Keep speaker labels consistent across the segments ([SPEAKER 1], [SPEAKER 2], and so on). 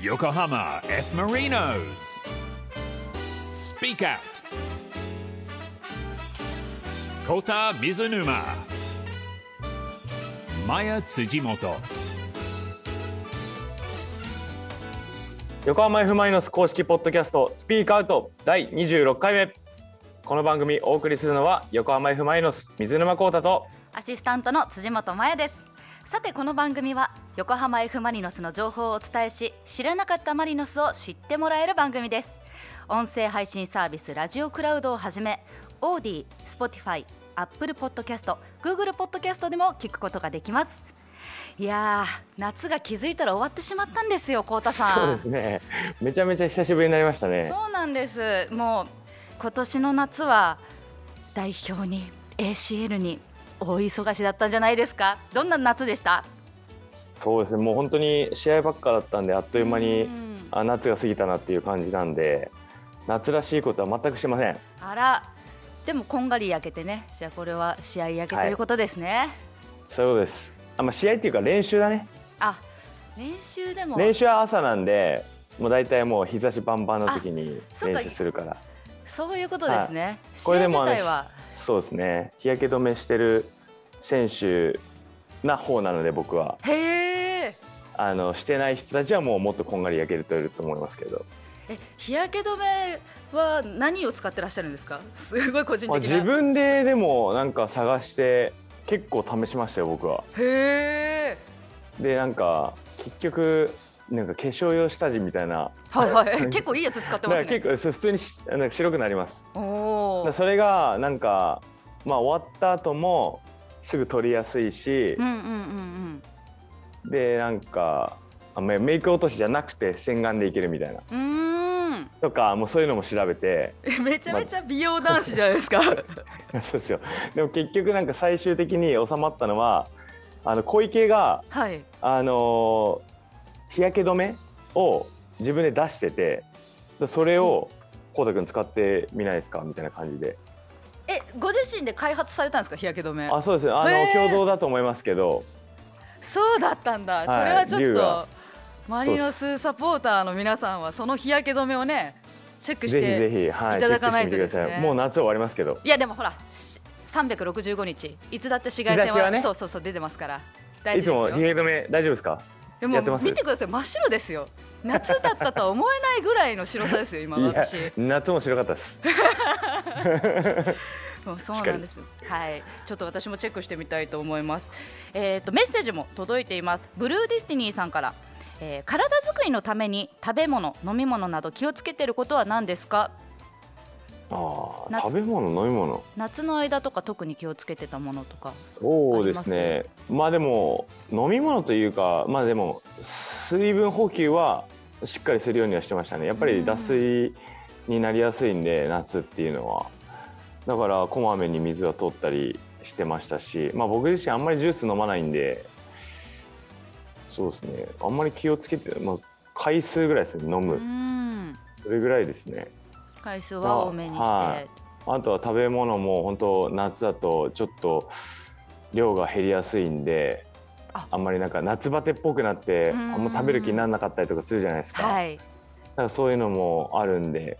[SPEAKER 1] Yokohama F. Marinos. Speak Out. Kota Mizunuma. Maya Tsujimoto.
[SPEAKER 2] 横浜 F ・マイノス公式ポッドキャストスピークアウト第26回目この番組お送りするのは横浜 F ・マイノス水沼浩太と
[SPEAKER 3] アシスタントの辻本真也ですさてこの番組は横浜 F ・マリノスの情報をお伝えし知らなかったマリノスを知ってもらえる番組です音声配信サービスラジオクラウドをはじめオーディ、スポティファイ、アップルポッドキャスト、グーグルポッドキャストでも聞くことができますいやー夏が気づいたら終わってしまったんですよ浩太さん
[SPEAKER 2] そうですねめちゃめちゃ久しぶりになりましたね
[SPEAKER 3] そうなんです。もう今年の夏は代表に ACL に大忙しだったんじゃないですか。どんな夏でした？
[SPEAKER 2] そうですねもう本当に試合ばっかだったんであっという間に
[SPEAKER 3] うん
[SPEAKER 2] あ夏が過ぎたなっていう感じなんで夏らしいことは全くしてません
[SPEAKER 3] あら。でもこんがり焼けてね。じゃあこれは試合焼けということですね。
[SPEAKER 2] そういうことですあまあ試合っていうか練習だね
[SPEAKER 3] あ、練習でも
[SPEAKER 2] 練習は朝なんでもう大体もう日差しバンバンの時に
[SPEAKER 3] あそうか
[SPEAKER 2] 練習するから
[SPEAKER 3] そういうことですね。試
[SPEAKER 2] これ
[SPEAKER 3] 合
[SPEAKER 2] でも
[SPEAKER 3] 自
[SPEAKER 2] あの
[SPEAKER 3] 体は
[SPEAKER 2] そうですね日焼け止めしてる選手な方なので僕は
[SPEAKER 3] へえ。
[SPEAKER 2] あのしてない人たちはもうもっとこんがり焼けるとると思いますけど、
[SPEAKER 3] え日焼け止めは何を使ってらっしゃるんですかすごい個人的
[SPEAKER 2] ま
[SPEAKER 3] な
[SPEAKER 2] あ、自分ででもなんか探して結構試しましたよ僕は
[SPEAKER 3] へえ
[SPEAKER 2] でなんか結局なんか化粧用下地みたいな
[SPEAKER 3] はいはい結構いいやつ使って
[SPEAKER 2] だか
[SPEAKER 3] ます
[SPEAKER 2] ら
[SPEAKER 3] ね
[SPEAKER 2] 結構そう普通にしなんか白くなります
[SPEAKER 3] お
[SPEAKER 2] だ
[SPEAKER 3] お
[SPEAKER 2] から
[SPEAKER 3] ー
[SPEAKER 2] それがなんかまあ終わった後もすぐ取りやすいし
[SPEAKER 3] う、んうんうんうん
[SPEAKER 2] でなんかあメメイク落としじゃなくて洗顔でいけるみたいな
[SPEAKER 3] うーん
[SPEAKER 2] とかもうそういうのも調べて
[SPEAKER 3] えめちゃめちゃ美容男子じゃないですか。
[SPEAKER 2] そうですよでも結局なんか最終的に収まったのはあの小池が、
[SPEAKER 3] はい。
[SPEAKER 2] あのー日焼け止めを自分で出しててでそれをこうたくん使ってみないですかみたいな感じで
[SPEAKER 3] え、ご自身で開発されたんですか、日焼け止め。
[SPEAKER 2] あそうですねあ
[SPEAKER 3] へ
[SPEAKER 2] の
[SPEAKER 3] ー
[SPEAKER 2] 共同だと思いますけど
[SPEAKER 3] そうだったんだ。
[SPEAKER 2] い
[SPEAKER 3] これはちょ
[SPEAKER 2] 龍
[SPEAKER 3] っ
[SPEAKER 2] が
[SPEAKER 3] と。マリノスサポーターの皆さんは、その日焼け止めをね。チェック
[SPEAKER 2] ぜひ
[SPEAKER 3] し
[SPEAKER 2] ぜ
[SPEAKER 3] て。
[SPEAKER 2] ひ、はい、
[SPEAKER 3] い
[SPEAKER 2] チ
[SPEAKER 3] た
[SPEAKER 2] ェッ
[SPEAKER 3] だ
[SPEAKER 2] ク
[SPEAKER 3] か
[SPEAKER 2] し
[SPEAKER 3] な
[SPEAKER 2] て
[SPEAKER 3] い
[SPEAKER 2] みて
[SPEAKER 3] と
[SPEAKER 2] く
[SPEAKER 3] で
[SPEAKER 2] だ
[SPEAKER 3] すね
[SPEAKER 2] さいもう夏終わりますけど
[SPEAKER 3] いや、でもほら。し365日、いつだって紫外線
[SPEAKER 2] 日
[SPEAKER 3] は
[SPEAKER 2] 差しはね
[SPEAKER 3] そうそうそう、出てますから。大
[SPEAKER 2] いつ
[SPEAKER 3] 事
[SPEAKER 2] も
[SPEAKER 3] です
[SPEAKER 2] 日
[SPEAKER 3] よ。
[SPEAKER 2] 焼け止め大丈夫ですか
[SPEAKER 3] で
[SPEAKER 2] やってま
[SPEAKER 3] も、
[SPEAKER 2] す
[SPEAKER 3] 見てください、真っ白ですよ。夏だったとは思えないぐらいの白さですよ、今
[SPEAKER 2] いや
[SPEAKER 3] 私。
[SPEAKER 2] 夏も白かったです
[SPEAKER 3] うんそうなんです。はい、ちょっと私もチェックしてみたいと思います。えっ、とメッセージも届いています。ブルーディスティニーさんから。えー体作りのために食べ物、飲み物など気をつけてることは何ですか
[SPEAKER 2] ああ
[SPEAKER 3] 夏
[SPEAKER 2] 食べ物飲み物
[SPEAKER 3] 夏の間とか特に気をつけてたものとか
[SPEAKER 2] そうですねまあでも飲み物というかまあでも水分補給はしっかりするようにはしてましたねやっぱ
[SPEAKER 3] う
[SPEAKER 2] り
[SPEAKER 3] ん
[SPEAKER 2] 脱水になりやすいんで夏っていうのはだからこまめに水は取ったりしてましたしまあ僕自身あんまりジュース飲まないんでそうですねあんまり気をつけて、まあ、回数ぐらいですね飲
[SPEAKER 3] う
[SPEAKER 2] む
[SPEAKER 3] ん
[SPEAKER 2] それぐらいですね
[SPEAKER 3] 回数は多めにして、
[SPEAKER 2] はいあとは食べ物も本当夏だとちょっと量が減りやすいんで
[SPEAKER 3] あ
[SPEAKER 2] あんまりなんか夏バテっぽくなって
[SPEAKER 3] うんうんうん
[SPEAKER 2] あんま食べる気にならなかったりとかするじゃないですか,、
[SPEAKER 3] はい、
[SPEAKER 2] だからそういうのもあるんで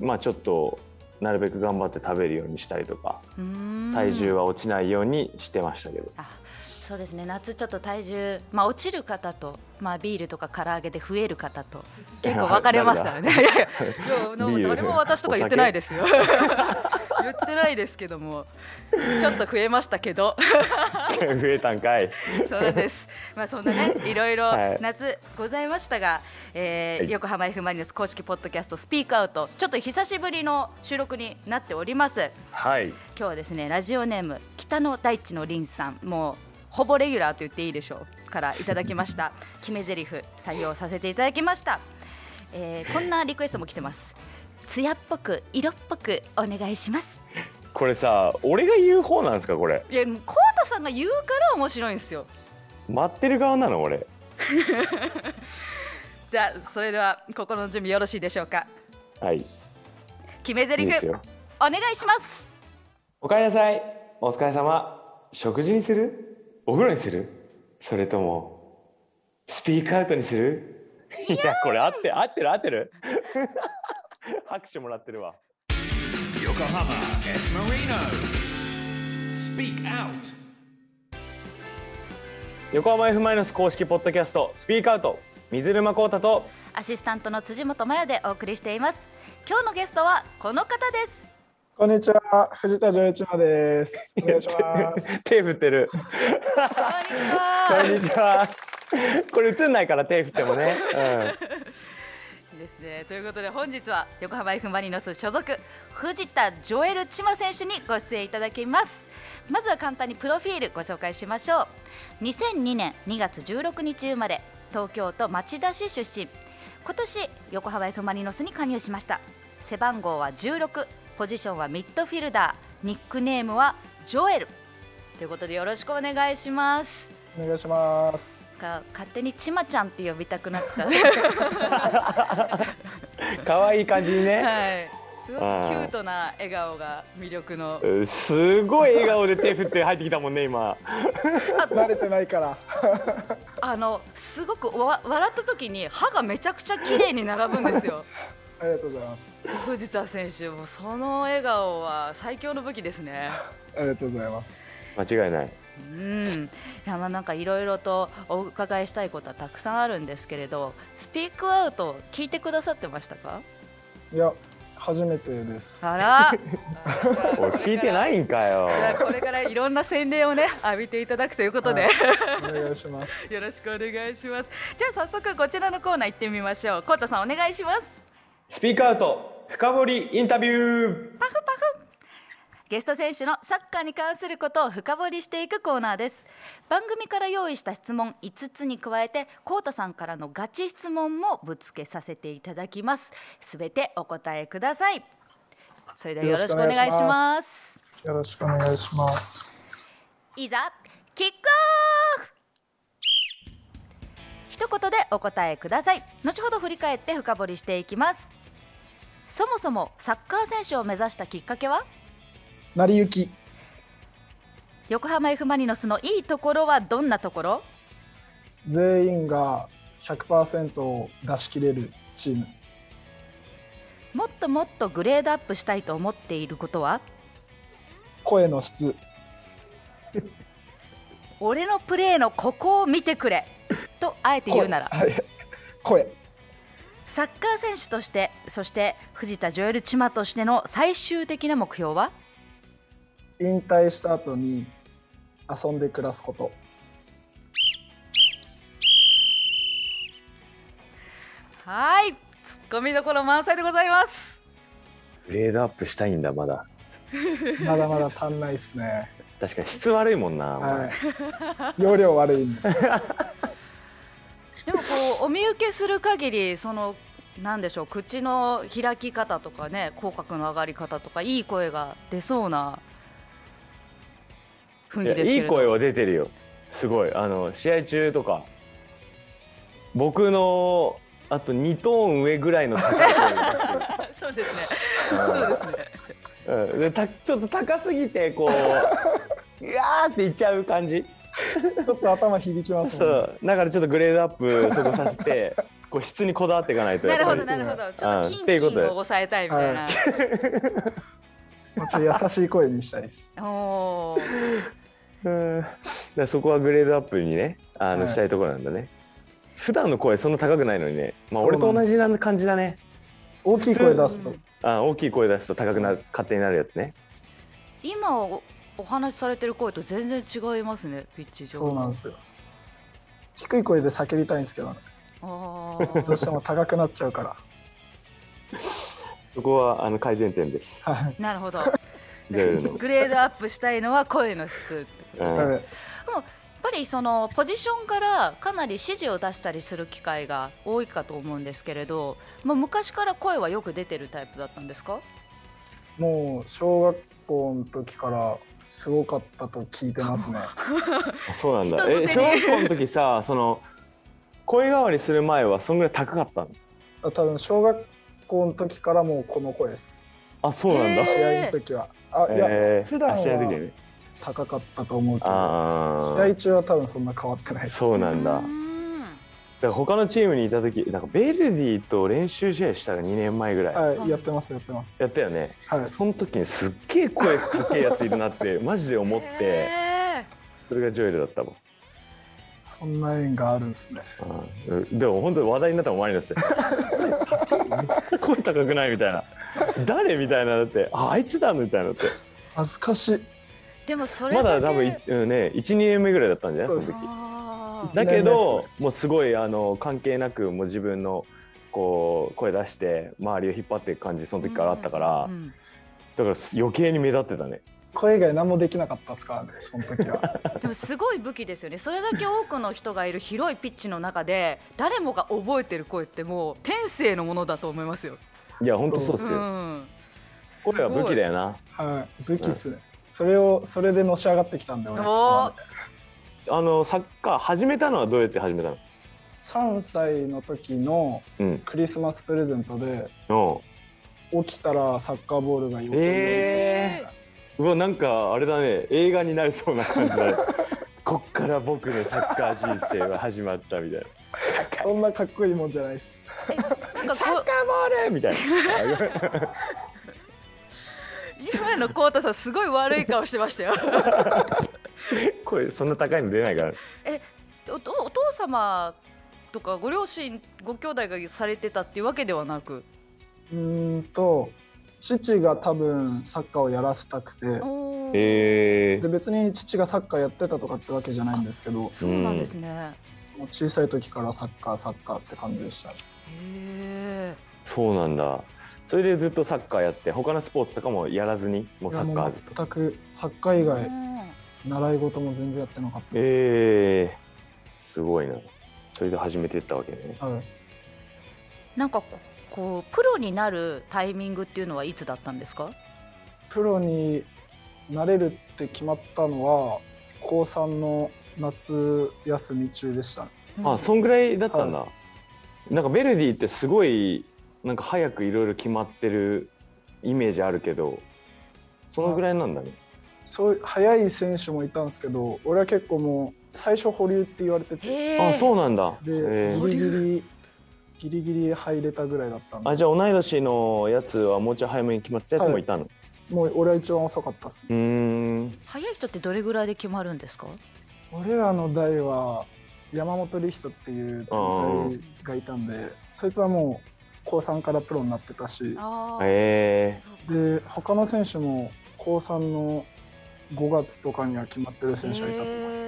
[SPEAKER 2] まあちょっとなるべく頑張って食べるようにしたりとか
[SPEAKER 3] うん
[SPEAKER 2] 体重は落ちないようにしてましたけ ど、
[SPEAKER 3] あそうですね夏ちょっと体重、まあ、落ちる方と、まあ、ビールとか唐揚げで増える方と結構分かれますからね。いやいやいやでも
[SPEAKER 2] ビール
[SPEAKER 3] 誰も私とか言ってないですよ。言ってないですけどもちょっと増えましたけど
[SPEAKER 2] 増えたんかい
[SPEAKER 3] そうなんです。まあそんなねいろいろ
[SPEAKER 2] はい
[SPEAKER 3] 夏ございましたが、えー
[SPEAKER 2] はい
[SPEAKER 3] 横浜 F ・マリノス公式ポッドキャストスピークアウトちょっと久しぶりの収録になっております。
[SPEAKER 2] はい
[SPEAKER 3] 今日はですねラジオネーム北の大地の凛さんもうほぼレギュラーと言っていいでしょうからいただきました 決め台詞採用させていただきました、えーこんなリクエストも来てます艶っぽく色っぽくお願いします
[SPEAKER 2] これさ俺が言う方なんですかこれ
[SPEAKER 3] いやもうコータさんが言うから面白いんですよ
[SPEAKER 2] 待ってる側なの俺
[SPEAKER 3] じゃあそれでは心の準備よろしいでしょうか
[SPEAKER 2] はいい
[SPEAKER 3] 決め台
[SPEAKER 2] いです
[SPEAKER 3] 詞
[SPEAKER 2] よ
[SPEAKER 3] お願いします
[SPEAKER 2] おかえりなさいお疲れ様食事にするお風呂にするそれともスピークアウトにするいやこれ合って合ってる合ってる 拍手もらってるわ
[SPEAKER 1] Yokohama F. Marinos. Speak Out.
[SPEAKER 2] 横浜 F マイナス公式ポッドキャストスピークアウト水沼孝太と
[SPEAKER 3] アシスタントの辻本麻也でお送りしています今日のゲストはこの方です
[SPEAKER 4] こんにちは、藤田丈一郎です。お願いし ます。
[SPEAKER 2] 手振ってる
[SPEAKER 3] こんにち
[SPEAKER 2] こ
[SPEAKER 3] は
[SPEAKER 2] んにちはこれ映んないから手振ってもね、
[SPEAKER 3] ですねということで本日は横浜 F ・マリノス所属藤田ジョエル・チマ選手にご出演いただきますまずは簡単にプロフィールご紹介しましょう2002年2月16日生まれ東京都町田市出身今年横浜 F ・マリノスに加入しました背番号は16ポジションはミッドフィルダーニックネームはジョエルということでよろしくお願いします
[SPEAKER 4] お願いします。
[SPEAKER 3] か勝手にチマちゃんって呼びたくなっちゃう
[SPEAKER 2] うん、可愛い感じにね
[SPEAKER 3] はい。すごくキ
[SPEAKER 2] あー
[SPEAKER 3] ュートな笑顔が魅力の。
[SPEAKER 2] うんすごい笑顔で手振って入ってきたもんね今
[SPEAKER 4] 慣れてないから。
[SPEAKER 3] あのすごくわ笑った時に歯がめちゃくちゃ綺麗に並ぶんですよ。
[SPEAKER 4] ありがとうございます。
[SPEAKER 3] 藤田選手もうその笑顔は最強の武器ですね。
[SPEAKER 4] ありがとうございます。
[SPEAKER 2] 間違いない
[SPEAKER 3] うん。いやまあなんかいろいろとお伺いしたいことはたくさんあるんですけれど、スピークアウト聞いてくださってましたか？
[SPEAKER 4] いや、初めてです。
[SPEAKER 3] あら。。
[SPEAKER 2] おい聞いてないいんかよ
[SPEAKER 3] じゃあこれからいろんな洗礼をね浴びていただくということで。
[SPEAKER 4] お願いします。
[SPEAKER 3] よろしくお願いします。じゃあ早速こちらのコーナー行ってみましょう。コウタさんお願いします。
[SPEAKER 2] スピークアウト深掘りインタビュー
[SPEAKER 3] ゲスト選手のサッカーに関することを深掘りしていくコーナーです。番組から用意した質問5つに加えて、コウタさんからのガチ質問もぶつけさせていただきます。すべてお答えください。それではよろしくお願いし
[SPEAKER 4] よろ
[SPEAKER 3] ま。
[SPEAKER 4] しくお願いしますよろしくお願いします。
[SPEAKER 3] いざキックオフ一言でお答えください後ほど振り返って深掘りしていきますそもそもサッカー選手を目指したきっかけは
[SPEAKER 4] 成り行き、
[SPEAKER 3] 横浜 F ・マリノスのいいところはどんなところ
[SPEAKER 4] 全員が100%を出し切れるチーム。
[SPEAKER 3] もっともっとグレードアップしたいと思っていることは
[SPEAKER 4] 声の質、
[SPEAKER 3] 俺のプレーのここを見てくれとあえて言うなら
[SPEAKER 4] 声はい声、
[SPEAKER 3] サッカー選手としてそして藤田ジョエル・チマとしての最終的な目標は
[SPEAKER 4] 引退した後に遊んで暮らすこと。
[SPEAKER 3] はいツッコミどころ満載でございます
[SPEAKER 2] グレードアップしたいんだまだ
[SPEAKER 4] まだまだ足んないですね。
[SPEAKER 2] 確かに質悪いもんな、お前
[SPEAKER 4] はい。容量悪 いんで。
[SPEAKER 3] でもこうお見受けする限りそのなんでしょう口の開き方とかね口角の上がり方とかいい声が出そうな雰囲気ですけ
[SPEAKER 2] いや
[SPEAKER 3] れど
[SPEAKER 2] いい声は出てるよすごいあの試合中とか僕のあと2トーン上ぐらいの高い声が
[SPEAKER 3] そうですねそう
[SPEAKER 2] 出
[SPEAKER 3] ですね
[SPEAKER 2] て るうんでたちょっと高すぎてこううわーって言っちゃう感じ
[SPEAKER 4] ちょっと頭響きます
[SPEAKER 2] そ
[SPEAKER 4] もんね。
[SPEAKER 2] うだからちょっとグレードアップそこさせてこう質にこだわっていかないとや
[SPEAKER 3] な
[SPEAKER 2] っ
[SPEAKER 3] る
[SPEAKER 2] ぱ
[SPEAKER 3] ほ
[SPEAKER 2] り
[SPEAKER 3] どなるほどちょっとキ
[SPEAKER 2] うん
[SPEAKER 3] ン
[SPEAKER 2] っていうこ
[SPEAKER 3] キ
[SPEAKER 2] と
[SPEAKER 3] ン
[SPEAKER 2] で
[SPEAKER 3] を抑えたいみたいな、
[SPEAKER 4] もうちょい優しい声にしたいです。
[SPEAKER 3] おー
[SPEAKER 2] うんだからそこはグレードアップにねあの
[SPEAKER 4] はい
[SPEAKER 2] したいところなんだね、普段の声そんな高くないのにね、まあ、
[SPEAKER 4] そう
[SPEAKER 2] 俺
[SPEAKER 4] なんで
[SPEAKER 2] と
[SPEAKER 4] す
[SPEAKER 2] 同じな感じだね
[SPEAKER 4] 大きい声出す
[SPEAKER 3] う
[SPEAKER 4] と
[SPEAKER 3] ん
[SPEAKER 2] あ大きい声出すと高くな勝手になるやつね
[SPEAKER 3] 今おお話しされてる声と全然違いますねピッチ上
[SPEAKER 4] そうなんですよ低い声で叫びたいんですけど
[SPEAKER 3] あ
[SPEAKER 4] どう
[SPEAKER 3] ー
[SPEAKER 4] しても高くなっちゃうから
[SPEAKER 2] そこはあの改善点です
[SPEAKER 4] はい
[SPEAKER 3] なる ほど
[SPEAKER 2] じゃあ
[SPEAKER 3] グレードアップしたいのは声の質ってこと
[SPEAKER 2] うん
[SPEAKER 4] はい
[SPEAKER 3] やっぱりそのポジションからかなり指示を出したりする機会が多いかと思うんですけれど、まあ、昔から声はよく出てるタイプだったんですか
[SPEAKER 4] もう小学校の時からすごかったと聞いてます ね
[SPEAKER 2] あそうなんだ
[SPEAKER 3] 人
[SPEAKER 2] え
[SPEAKER 3] づ
[SPEAKER 2] 小
[SPEAKER 3] てに
[SPEAKER 2] 学校の時さその声変わりする前はそんぐらい高かったの
[SPEAKER 4] 多分小学校の時からもうこの声です
[SPEAKER 2] あそうなんだ
[SPEAKER 3] へ
[SPEAKER 4] 試合の時はあいや、
[SPEAKER 2] えー
[SPEAKER 4] 普段
[SPEAKER 2] あ
[SPEAKER 4] は
[SPEAKER 2] 試合の時ね
[SPEAKER 4] 高かったと思うけど
[SPEAKER 2] あ
[SPEAKER 4] 試
[SPEAKER 2] ー
[SPEAKER 4] 合中は多分そんな変わってないです
[SPEAKER 2] そうなんだ
[SPEAKER 3] ーん
[SPEAKER 2] から他のチームにいた時なんかベルディと練習試合したら2年前ぐらい
[SPEAKER 4] はい、やってます、やってます。
[SPEAKER 2] や
[SPEAKER 4] は
[SPEAKER 2] ったよね
[SPEAKER 4] い。
[SPEAKER 2] その時にすっげえ声かけえやついるなって マジで思って
[SPEAKER 3] へ
[SPEAKER 2] それがジョエルだったもん
[SPEAKER 4] そんな縁があるんですね。
[SPEAKER 2] うん、でも本当に話題になったもんマリノスで 声高くないみたいな誰みたいなのってああいつだみたいなのって
[SPEAKER 4] 恥ずかしい。
[SPEAKER 3] ーでもそれ
[SPEAKER 2] まだ
[SPEAKER 3] け
[SPEAKER 2] 多分、いうんね、12年目ぐらいだったんじゃない
[SPEAKER 4] そう
[SPEAKER 2] そ
[SPEAKER 4] で
[SPEAKER 2] の
[SPEAKER 4] す
[SPEAKER 2] 時
[SPEAKER 3] あー
[SPEAKER 2] だけ
[SPEAKER 4] 一年目
[SPEAKER 2] ど
[SPEAKER 4] で
[SPEAKER 2] もうすごいあの関係なくもう自分のこう声出して周りを引っ張っていく感じその時からあったから、
[SPEAKER 3] うんうん
[SPEAKER 2] だから余計に目立ってたね
[SPEAKER 4] 声以外何もできなかったですからね、その時 は。
[SPEAKER 3] でもすごい武器ですよねそれだけ多くの人がいる広いピッチの中で誰もが覚えてる声ってもう天性のものだと思いますよ、
[SPEAKER 2] いや本当そうっす
[SPEAKER 3] う
[SPEAKER 2] よ、
[SPEAKER 3] ん、
[SPEAKER 2] 声は武器だよな
[SPEAKER 4] はい、武器っすね。それを、それでのし上がってきたんで、俺。
[SPEAKER 3] おー
[SPEAKER 2] あのサッカー始めたのはどうやって始めたの
[SPEAKER 4] 3歳の時の
[SPEAKER 2] うん
[SPEAKER 4] クリスマスプレゼントで、
[SPEAKER 2] うん
[SPEAKER 4] 起きたらサッカーボールが横に。
[SPEAKER 2] えー、うわなんかあれだね映画になりそうな感じ だねこっから僕のサッカー人生は始まったみたいな
[SPEAKER 4] そんなかっこいいもんじゃないです。
[SPEAKER 3] なん
[SPEAKER 2] サ
[SPEAKER 3] か
[SPEAKER 2] ッカ
[SPEAKER 3] こ
[SPEAKER 2] ーボールみたいな
[SPEAKER 3] う今のコウタさんすごい悪い顔してましたよ
[SPEAKER 2] 声そんな高いの出ないから
[SPEAKER 3] おおお父様とかご両親ご兄弟がされてたっていうわけではなく
[SPEAKER 4] うーんと、父が多分サッカーをやらせたくて。
[SPEAKER 3] おー
[SPEAKER 2] え
[SPEAKER 4] で別に父がサッカーやってたとかってわけじゃないんですけども
[SPEAKER 3] そうなんですね、
[SPEAKER 4] う小さい時からサッカーサッカーって感じでしたね
[SPEAKER 3] へえ
[SPEAKER 2] そうなんだそれでずっとサッカーやって他のスポーツとかもやらずにもう
[SPEAKER 4] い
[SPEAKER 2] サ
[SPEAKER 4] や
[SPEAKER 2] ッ
[SPEAKER 4] も
[SPEAKER 2] カー
[SPEAKER 4] う
[SPEAKER 2] ずっと
[SPEAKER 4] 全くサッカー以
[SPEAKER 3] う
[SPEAKER 4] 外
[SPEAKER 3] ん
[SPEAKER 4] 習い事も全然やってなかったです、
[SPEAKER 2] えー、すごいなそれで始めてったわけね
[SPEAKER 4] はい
[SPEAKER 3] なんかこうこうプロになるタイミングっていうのはいつだったんですか
[SPEAKER 4] プロになれるって決まったのは高3の夏休み中でしたね
[SPEAKER 2] あそんぐらいだったんだ、なんかベルディってすごいなんか早くいろいろ決まってるイメージあるけどそのぐらいなんだね、
[SPEAKER 4] そういう速い選手もいたんですけど俺は結構もう最初保留って言われてて
[SPEAKER 3] へえ
[SPEAKER 2] あそうなんだ
[SPEAKER 4] で
[SPEAKER 2] えー
[SPEAKER 4] ギリギリギリギリ入れたぐらいだったんで
[SPEAKER 2] あじゃあ同い年のやつはもうちょい早めに決まったやつもいたの、
[SPEAKER 4] もう俺は一番遅かったです
[SPEAKER 2] うーん
[SPEAKER 3] 早い人ってどれぐらいで決まるんですか
[SPEAKER 4] 俺らの代は山本理人っていう天才がいたんでそいつはもう高3からプロになってたし
[SPEAKER 3] あ
[SPEAKER 2] え
[SPEAKER 4] で他の選手も高3の5月とかには決まってる選手がいたと思います。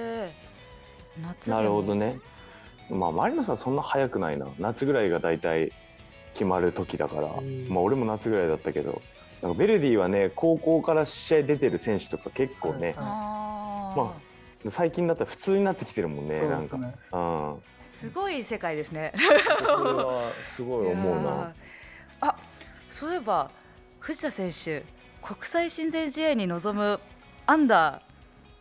[SPEAKER 3] 夏
[SPEAKER 2] ー、なるほどねまあマリノさんそんな早くないな夏ぐらいが大体決まる時だから、
[SPEAKER 4] うん
[SPEAKER 2] まあ俺も夏ぐらいだったけどなんかベルディはね高校から試合出てる選手とか結構ね、
[SPEAKER 4] はい
[SPEAKER 3] あー
[SPEAKER 2] ま最近だったら普通になってきてるもんね
[SPEAKER 4] そう
[SPEAKER 2] な
[SPEAKER 4] で
[SPEAKER 2] ん
[SPEAKER 4] す
[SPEAKER 2] か、
[SPEAKER 4] ね。
[SPEAKER 2] うん
[SPEAKER 3] すごい世界ですね
[SPEAKER 2] それはすごい思う
[SPEAKER 3] い
[SPEAKER 2] な
[SPEAKER 3] や。ー あそういえば藤田選手国際親善試合に臨むアンダ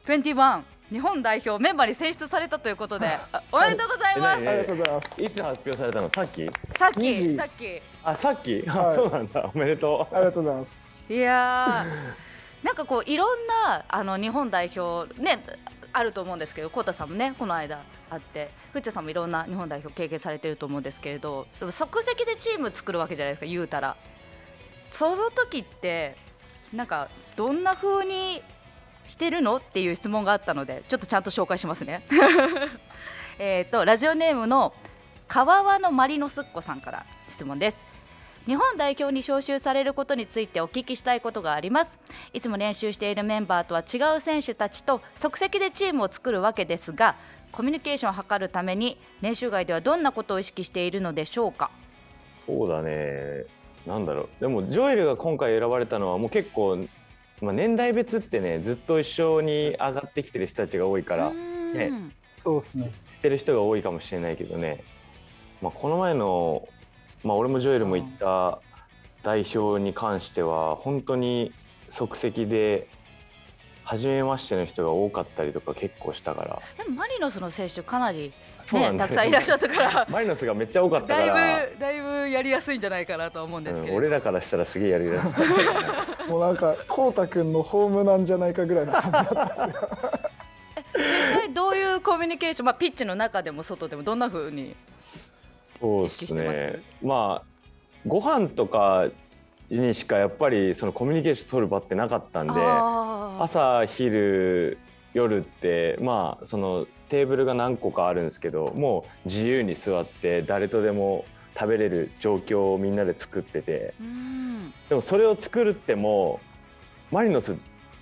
[SPEAKER 3] ー21日本代表メンバーに選出されたということで あおめでとうございます、
[SPEAKER 2] え
[SPEAKER 4] ありがとうございます。
[SPEAKER 2] いつ発表されたの？さっき？
[SPEAKER 3] さっき
[SPEAKER 4] 二十
[SPEAKER 3] さっき
[SPEAKER 2] あ、さっき？
[SPEAKER 4] は
[SPEAKER 2] あ
[SPEAKER 4] い
[SPEAKER 2] そうなんだ。おめでとう
[SPEAKER 4] あ。りがとうございます。
[SPEAKER 3] いやーなんかこういろんなあの日本代表ねあると思うんですけど、コウタさんもねこの間あって、フッチャさんもいろんな日本代表経験されてると思うんですけれど、その即席でチーム作るわけじゃないですか言うたら、その時ってなんかどんな風にしてるのっていう質問があったので、ちょっとちゃんと紹介しますね。 えっとラジオネームの川和のマリノスっ子さんから質問です。日本代表に招集されることについてお聞きしたいことがありますいつも練習しているメンバーとは違う選手たちと即席でチームを作るわけですがコミュニケーションを図るために練習外ではどんなことを意識しているのでしょうか
[SPEAKER 2] そうだね。なんだろう。でもジョエルが今回選ばれたのはもう結構、まあ年代別ってね、ずっと一緒に上がってきてる人たちが多いから、ね
[SPEAKER 4] そうですね。
[SPEAKER 2] してる人が多いかもしれないけどね。まあこの前の、まあ俺もジョエルも行った代表に関しては本当に即席で。初めましての人が多かったりとか結構したから
[SPEAKER 3] でもマリノスの選手かなり、
[SPEAKER 2] そうな
[SPEAKER 3] ね、
[SPEAKER 2] んだ
[SPEAKER 3] た
[SPEAKER 2] よ
[SPEAKER 3] くさんいらっしゃったか ら
[SPEAKER 2] マリノスがめっちゃ多かったか
[SPEAKER 3] だ
[SPEAKER 2] ら
[SPEAKER 3] いぶだいぶやりやすいんじゃないかなとは思うんですけ
[SPEAKER 2] うん、
[SPEAKER 3] れど、
[SPEAKER 2] 俺らからしたらすげえやり やすかっ
[SPEAKER 4] もうなんかこうたくんのホームなんじゃないかぐらいの感じだったんですよ。
[SPEAKER 3] 実際どういうコミュニケーション、まあ、ピッチの中でも外でもどんなふうに
[SPEAKER 2] そうで
[SPEAKER 3] 意識し
[SPEAKER 2] す
[SPEAKER 3] て
[SPEAKER 2] ねまあご飯とかにしかやっぱりそのコミュニケーション取る場ってなかったんで
[SPEAKER 3] あー
[SPEAKER 2] 朝昼夜ってまあそのテーブルが何個かあるんですけどもう自由に座って誰とでも食べれる状況をみんなで作ってて
[SPEAKER 3] うん
[SPEAKER 2] でもそれを作るってもマリノス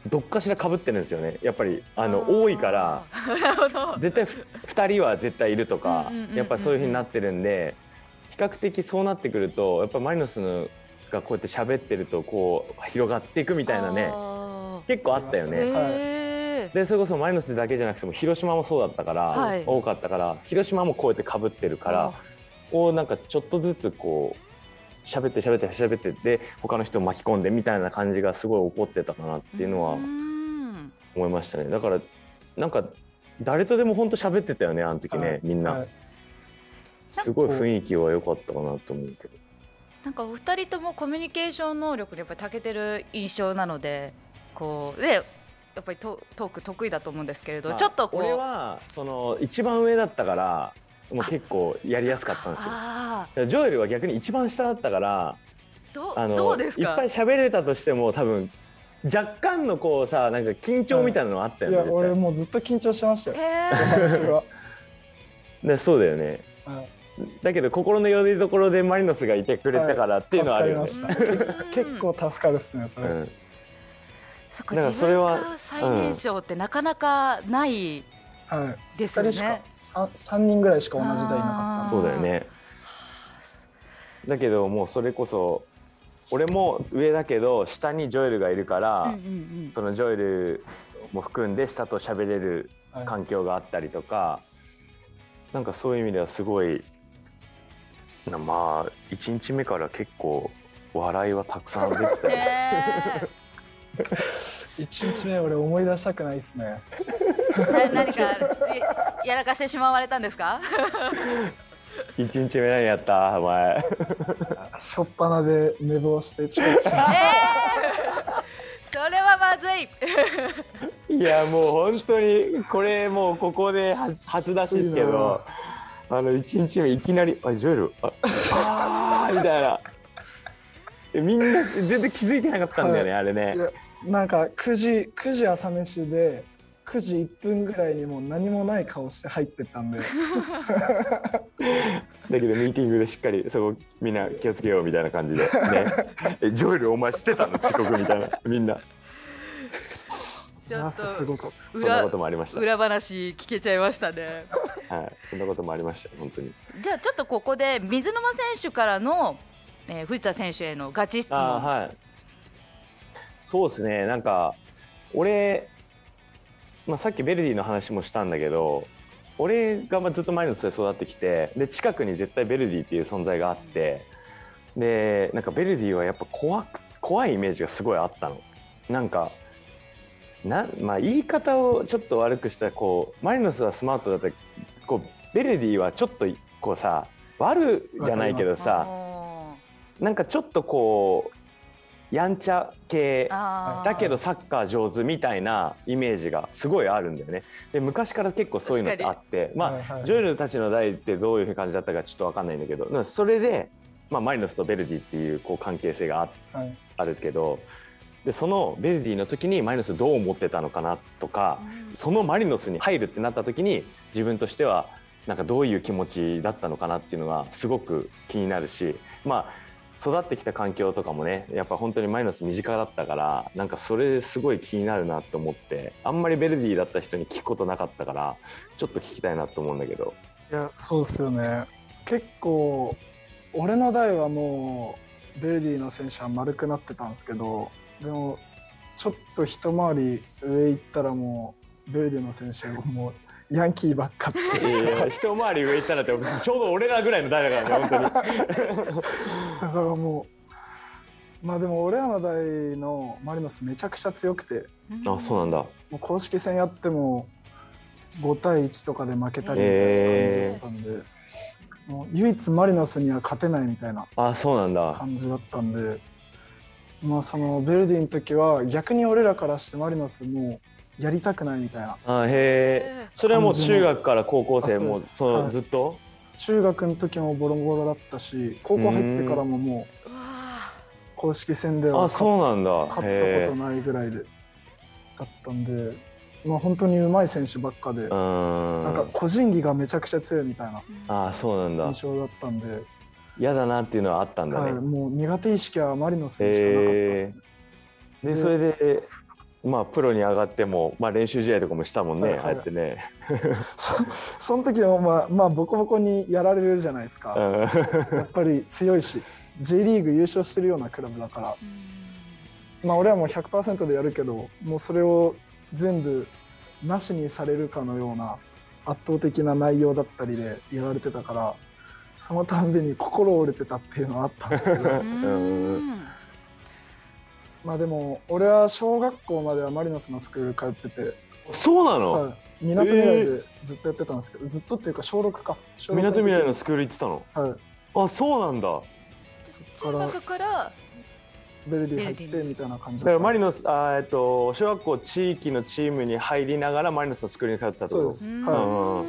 [SPEAKER 2] どっかしらかぶってるんですよねやっぱりあ
[SPEAKER 3] あ
[SPEAKER 2] の
[SPEAKER 3] ー
[SPEAKER 2] 多いから
[SPEAKER 3] なるほど
[SPEAKER 2] 絶対ふ2人は絶対いるとか
[SPEAKER 3] うんうんうんうん
[SPEAKER 2] やっぱりそういうふうになってるんで比較的そうなってくるとやっぱマリノスのがこうやって喋ってるとこう広がっていくみたいなね
[SPEAKER 3] あ
[SPEAKER 2] 結構あったよ
[SPEAKER 3] ー
[SPEAKER 2] ね。
[SPEAKER 3] へー
[SPEAKER 2] でそれこそマリノスだけじゃなくても広島もそうだったから、
[SPEAKER 3] はい
[SPEAKER 2] 多かったから広島もこうやってかぶってるからこうなんかちょっとずつこう喋って喋って喋ってで他の人を巻き込んでみたいな感じがすごい起こってたかなっていうのは
[SPEAKER 3] ん
[SPEAKER 2] 思いましたね、だからなんか誰とでも本当喋ってたよねあの時ね、
[SPEAKER 4] はい
[SPEAKER 2] みんな、
[SPEAKER 4] はい
[SPEAKER 2] すごい雰囲気は良かったかなと思うけど
[SPEAKER 3] なんかお二人ともコミュニケーション能力にやっぱり長けてる印象なのでこうでやっぱりトトーク得意だと思うんですけれど、
[SPEAKER 2] まあ
[SPEAKER 3] ちょっとこう
[SPEAKER 2] 俺はその一番上だったからもう結構やりやすかったんですよ
[SPEAKER 3] あ
[SPEAKER 2] ジョエルは逆に一番下だったから
[SPEAKER 3] ーど
[SPEAKER 2] あ
[SPEAKER 3] う
[SPEAKER 2] の
[SPEAKER 3] どうです
[SPEAKER 2] いっ
[SPEAKER 3] か
[SPEAKER 2] ぱい喋れたとしても多分若干のこうさなんか緊張みたいなのあったよ
[SPEAKER 4] い
[SPEAKER 2] ね
[SPEAKER 4] や、
[SPEAKER 2] 絶対
[SPEAKER 4] 俺もうずっと緊張してましたよ。
[SPEAKER 3] え
[SPEAKER 4] 私
[SPEAKER 3] ー
[SPEAKER 4] は
[SPEAKER 2] でそうだよね
[SPEAKER 4] はい
[SPEAKER 2] だけど心のよりどころでマリノスがいてくれたからっていうのはあるよね、
[SPEAKER 4] 助かりましたけ結構助かるっすね、そ
[SPEAKER 2] う
[SPEAKER 4] れ。
[SPEAKER 2] ん、
[SPEAKER 3] そっか
[SPEAKER 2] だから
[SPEAKER 3] 自
[SPEAKER 2] それ
[SPEAKER 3] 分
[SPEAKER 2] は
[SPEAKER 3] が最年少ってなかなかない
[SPEAKER 4] はい。
[SPEAKER 3] ですよ
[SPEAKER 4] 二人
[SPEAKER 3] ね。
[SPEAKER 4] しか、三三人ぐらいしか同じ代いなかったん
[SPEAKER 2] そう
[SPEAKER 4] で
[SPEAKER 2] だよねだけどもうそれこそ俺も上だけど下にジョエルがいるから、
[SPEAKER 3] うんうん
[SPEAKER 2] そのジョエルも含んで下と喋れる
[SPEAKER 4] はい
[SPEAKER 2] 環境があったりとか、なんかそういう意味ではすごいなまあ1日目から結構笑いはたくさん出て
[SPEAKER 3] うん。
[SPEAKER 2] たよ ね
[SPEAKER 3] ね
[SPEAKER 4] 一日目俺思い出したくないですね。
[SPEAKER 3] え。な何かややらかしてしまわれたんですか？
[SPEAKER 2] 1日目何やったお前
[SPEAKER 4] しょっぱなで寝坊して遅刻しま
[SPEAKER 3] え
[SPEAKER 4] し
[SPEAKER 3] ー、それはまずい。
[SPEAKER 2] いやもう本当にこれもうここで初初出しですけどあの1日目いきなり「あジョエルああー」みたいなえみんな全然気づいてなかったんだよね、あれね
[SPEAKER 4] いやた。なんか9時9時朝飯で9時1分ぐらいにもう何もない顔して入ってったんで、
[SPEAKER 2] だけどミーティングでしっかりそこみんな気をつけようみたいな感じで、ね、えジョエルお前してたの遅刻みたいなみんな
[SPEAKER 3] ちょっと
[SPEAKER 4] 朝すごく
[SPEAKER 2] そんな
[SPEAKER 3] 裏
[SPEAKER 2] こともありました
[SPEAKER 3] 裏話聞けちゃいましたね。
[SPEAKER 2] はいそんなこともありました本当に
[SPEAKER 3] じゃあちょっとここで水沼選手からの、えー、藤田選手へのガチ質問。
[SPEAKER 2] あーはいそうですねなんか俺、まあ、さっきベルディの話もしたんだけど俺がまあずっとマリノスで育ってきてで近くに絶対ベルディっていう存在があってでなんかベルディはやっぱ怖く怖いイメージがすごいあったの。なんかなまあ、言い方をちょっと悪くしたらこうマリノスはスマートだったけどこうベルディはちょっとこうさ悪じゃないけどさ
[SPEAKER 3] あ
[SPEAKER 2] なんかちょっとこうやんちゃ系
[SPEAKER 3] ーあー
[SPEAKER 2] だけどサッカー上手みたいなイメージがすごいあるんだよねで昔から結構そういうのってあってまあ、
[SPEAKER 4] はいはい
[SPEAKER 2] ジョエルたちの代ってどういう感じだったかちょっと分かんないんだけどまあそれで、まあ、マリノスとベルディっていうこう関係性があ
[SPEAKER 4] はい
[SPEAKER 2] あるんですけどでそのベルディの時にマリノスどう思ってたのかなとか
[SPEAKER 3] うん
[SPEAKER 2] そのマリノスに入るってなった時に自分としてはなんかどういう気持ちだったのかなっていうのがすごく気になるしまあ育ってきた環境とかもねやっぱ本当にマリノス身近だったからなんかそれすごい気になるなと思ってあんまりベルディだった人に聞くことなかったからちょっと聞きたいなと思うんだけど
[SPEAKER 4] いやそうっすよね結構俺の代はもうベルディの選手は丸くなってたんですけどでもちょっと一回り上行ったらもうベルディの選手はもうヤンキーばっかって
[SPEAKER 2] いやいや一回り上行ったらってちょうど俺らぐらいの代だからね本当に。
[SPEAKER 4] だからもうまあでも俺らの代のマリノスめちゃくちゃ強くて
[SPEAKER 2] あそうなんだ
[SPEAKER 4] もう公式戦やっても5対1とかで負けたりみたいな感じだったんで、もう唯一マリノスには勝てないみたいな
[SPEAKER 2] あそうなんだ
[SPEAKER 4] 感じだったんで、まあ、そのベルディの時は逆に俺らからしてマリノスもうやりたくないみたいな
[SPEAKER 2] あへえ。それはもう中学から高校生
[SPEAKER 4] あそう
[SPEAKER 2] も
[SPEAKER 4] で
[SPEAKER 2] う
[SPEAKER 4] す
[SPEAKER 2] そ
[SPEAKER 4] は
[SPEAKER 2] の
[SPEAKER 4] い
[SPEAKER 2] ずっと。
[SPEAKER 4] 中学の時もボロボロだったし高校入ってからももう
[SPEAKER 5] うわ
[SPEAKER 4] 公式戦では
[SPEAKER 2] あ、
[SPEAKER 4] 勝
[SPEAKER 2] そうなんだ。
[SPEAKER 4] 勝った
[SPEAKER 2] へ
[SPEAKER 4] こと
[SPEAKER 2] え。
[SPEAKER 4] ないぐらいでだったんで、まあ、本当にうまい選手ばっかで、
[SPEAKER 2] う
[SPEAKER 4] なん
[SPEAKER 2] ー
[SPEAKER 4] か
[SPEAKER 2] ん。
[SPEAKER 4] 個人技がめちゃくちゃ強いみたいな
[SPEAKER 2] あ、そうなんだ
[SPEAKER 4] 印。象だったんで、
[SPEAKER 2] 嫌だなっていうのはあったんだ
[SPEAKER 4] はい、
[SPEAKER 2] ね。
[SPEAKER 4] もう苦手意識はマリノスにしかなかったですね。
[SPEAKER 2] で、それで。まあ、プロに上がっても、まあ、練習試合とかもしたもんね、
[SPEAKER 4] はい
[SPEAKER 2] ああやってね。
[SPEAKER 4] そ その時はまあ、まあ、ボコボコにやられるじゃないです
[SPEAKER 2] う
[SPEAKER 4] か、
[SPEAKER 2] ん
[SPEAKER 4] やっぱり強いし J リーグ優勝してるようなクラブだから、まあ、俺はもう100%でやるけどもうそれを全部なしにされるかのような圧倒的な内容だったりでやられてたからそのたんびに心折れてたっていうのはあったんですけど
[SPEAKER 3] う
[SPEAKER 2] うん
[SPEAKER 3] ん
[SPEAKER 4] まあでも俺は小学校まではマリノスのスクール通ってて、
[SPEAKER 2] そうなの。
[SPEAKER 4] はい、みなとみらいでずっとやってたんですけど、ずっとっていうか小6か小
[SPEAKER 2] みなとみらいの
[SPEAKER 4] ス
[SPEAKER 2] スクール行ってたの。
[SPEAKER 4] クール、はい、
[SPEAKER 2] あ、そうなんだ。
[SPEAKER 3] 中
[SPEAKER 4] そっから
[SPEAKER 3] 学から
[SPEAKER 4] ベルディ入ってみたいな感じ
[SPEAKER 2] だからマリ
[SPEAKER 4] ス
[SPEAKER 2] ノス、あーえっと、小学校地域のチームに入りながら、マリノスのスクールに通ってたって
[SPEAKER 4] そう
[SPEAKER 2] こ
[SPEAKER 4] で
[SPEAKER 2] と。
[SPEAKER 4] す、
[SPEAKER 3] うん
[SPEAKER 4] は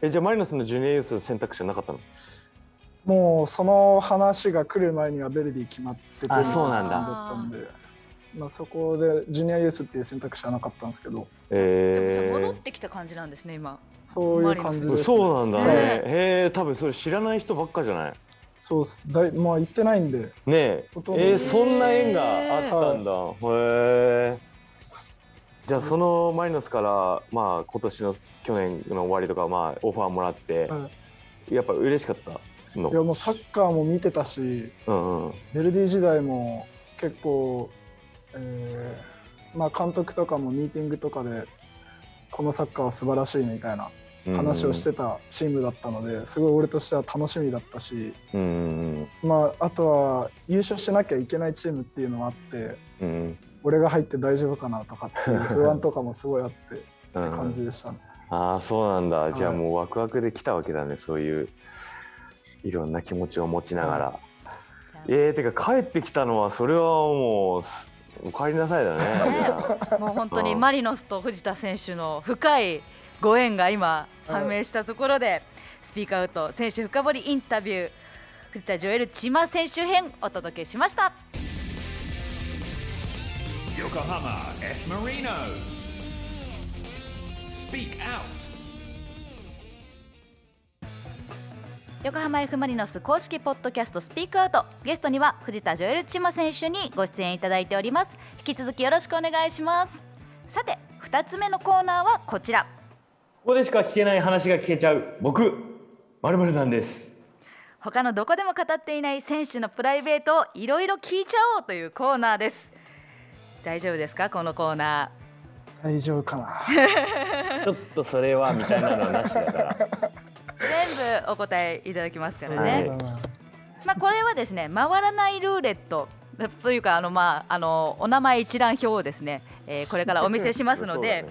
[SPEAKER 2] え、じゃ、あマリノスのジュニアユースの選択肢はなかったの。
[SPEAKER 4] い、もうその話が来る前にはベルディ決まっててみたい
[SPEAKER 2] あ
[SPEAKER 4] な
[SPEAKER 2] そうなんだ
[SPEAKER 4] 感じだったんでまあ、そこでジュニアユースっていう選択肢はなかったんですけど
[SPEAKER 3] でもじゃあ
[SPEAKER 2] え
[SPEAKER 3] 戻ってきた感じなんですね今
[SPEAKER 4] そういう感じです、ね、
[SPEAKER 2] そうなんだね。
[SPEAKER 3] ね
[SPEAKER 2] へえ、多分それ知らない人ばっかじゃない。
[SPEAKER 4] そうっすだいまあ行ってないんで
[SPEAKER 2] ねえ、
[SPEAKER 4] ほとんど
[SPEAKER 2] えー、そんな縁があったんだ。へえ。じゃあそのマリノスからまあ今年の去年の終わりとかまあオファーもらって、
[SPEAKER 4] は
[SPEAKER 2] やっぱ嬉しかったの
[SPEAKER 4] い。やもうサッカーも見てたし
[SPEAKER 2] うんうん。
[SPEAKER 4] ベルディ時代も結構、えーまあ、監督とかもミーティングとかでこのサッカーは素晴らしいみたいな話をしてたチームだったので、すごい俺としては楽しみだったし、
[SPEAKER 2] うんうん
[SPEAKER 4] まあ、あとは優勝しなきゃいけないチームっていうのもあって
[SPEAKER 2] うんうん
[SPEAKER 4] 俺が入って大丈夫かなとかっていう不安とかもすごいあってって
[SPEAKER 2] うん
[SPEAKER 4] 感じでしたね。
[SPEAKER 2] ああそうなんだ
[SPEAKER 4] い
[SPEAKER 2] じゃあもうワクワクできたわけだねそういういろんな気持ちを持ちながら、えー、てか帰ってきたのはそれはもうすお帰りなさいだね
[SPEAKER 3] ねもう本当にマリノスと藤田選手の深いご縁が今判明したところで、スピーカーアウト選手深掘りインタビュー藤田ジョエル千葉選手編お届けしました
[SPEAKER 1] Yokohama F. Marinos. Speak Out.
[SPEAKER 3] 横浜 F ・マリノス公式ポッドキャストスピークアウトゲストには藤田ジョエル千葉選手にご出演いただいております引き続きよろしくお願いしますさて2つ目のコーナーはこちら
[SPEAKER 2] ここでしか聞けない話が聞けちゃう僕まるなんです
[SPEAKER 3] 他のどこでも語っていない選手のプライベートをいろいろ聞いちゃおうというコーナーです大丈夫ですかこのコーナ
[SPEAKER 4] 大丈夫かな
[SPEAKER 2] ちょっとそれはみたいなのはなしだから
[SPEAKER 3] ー全部お答えいただきますからね、
[SPEAKER 2] はい
[SPEAKER 3] まあこれはですね回らないルーレットというかあのまああのお名前一覧表をですね、え ーこれからお見せしますので、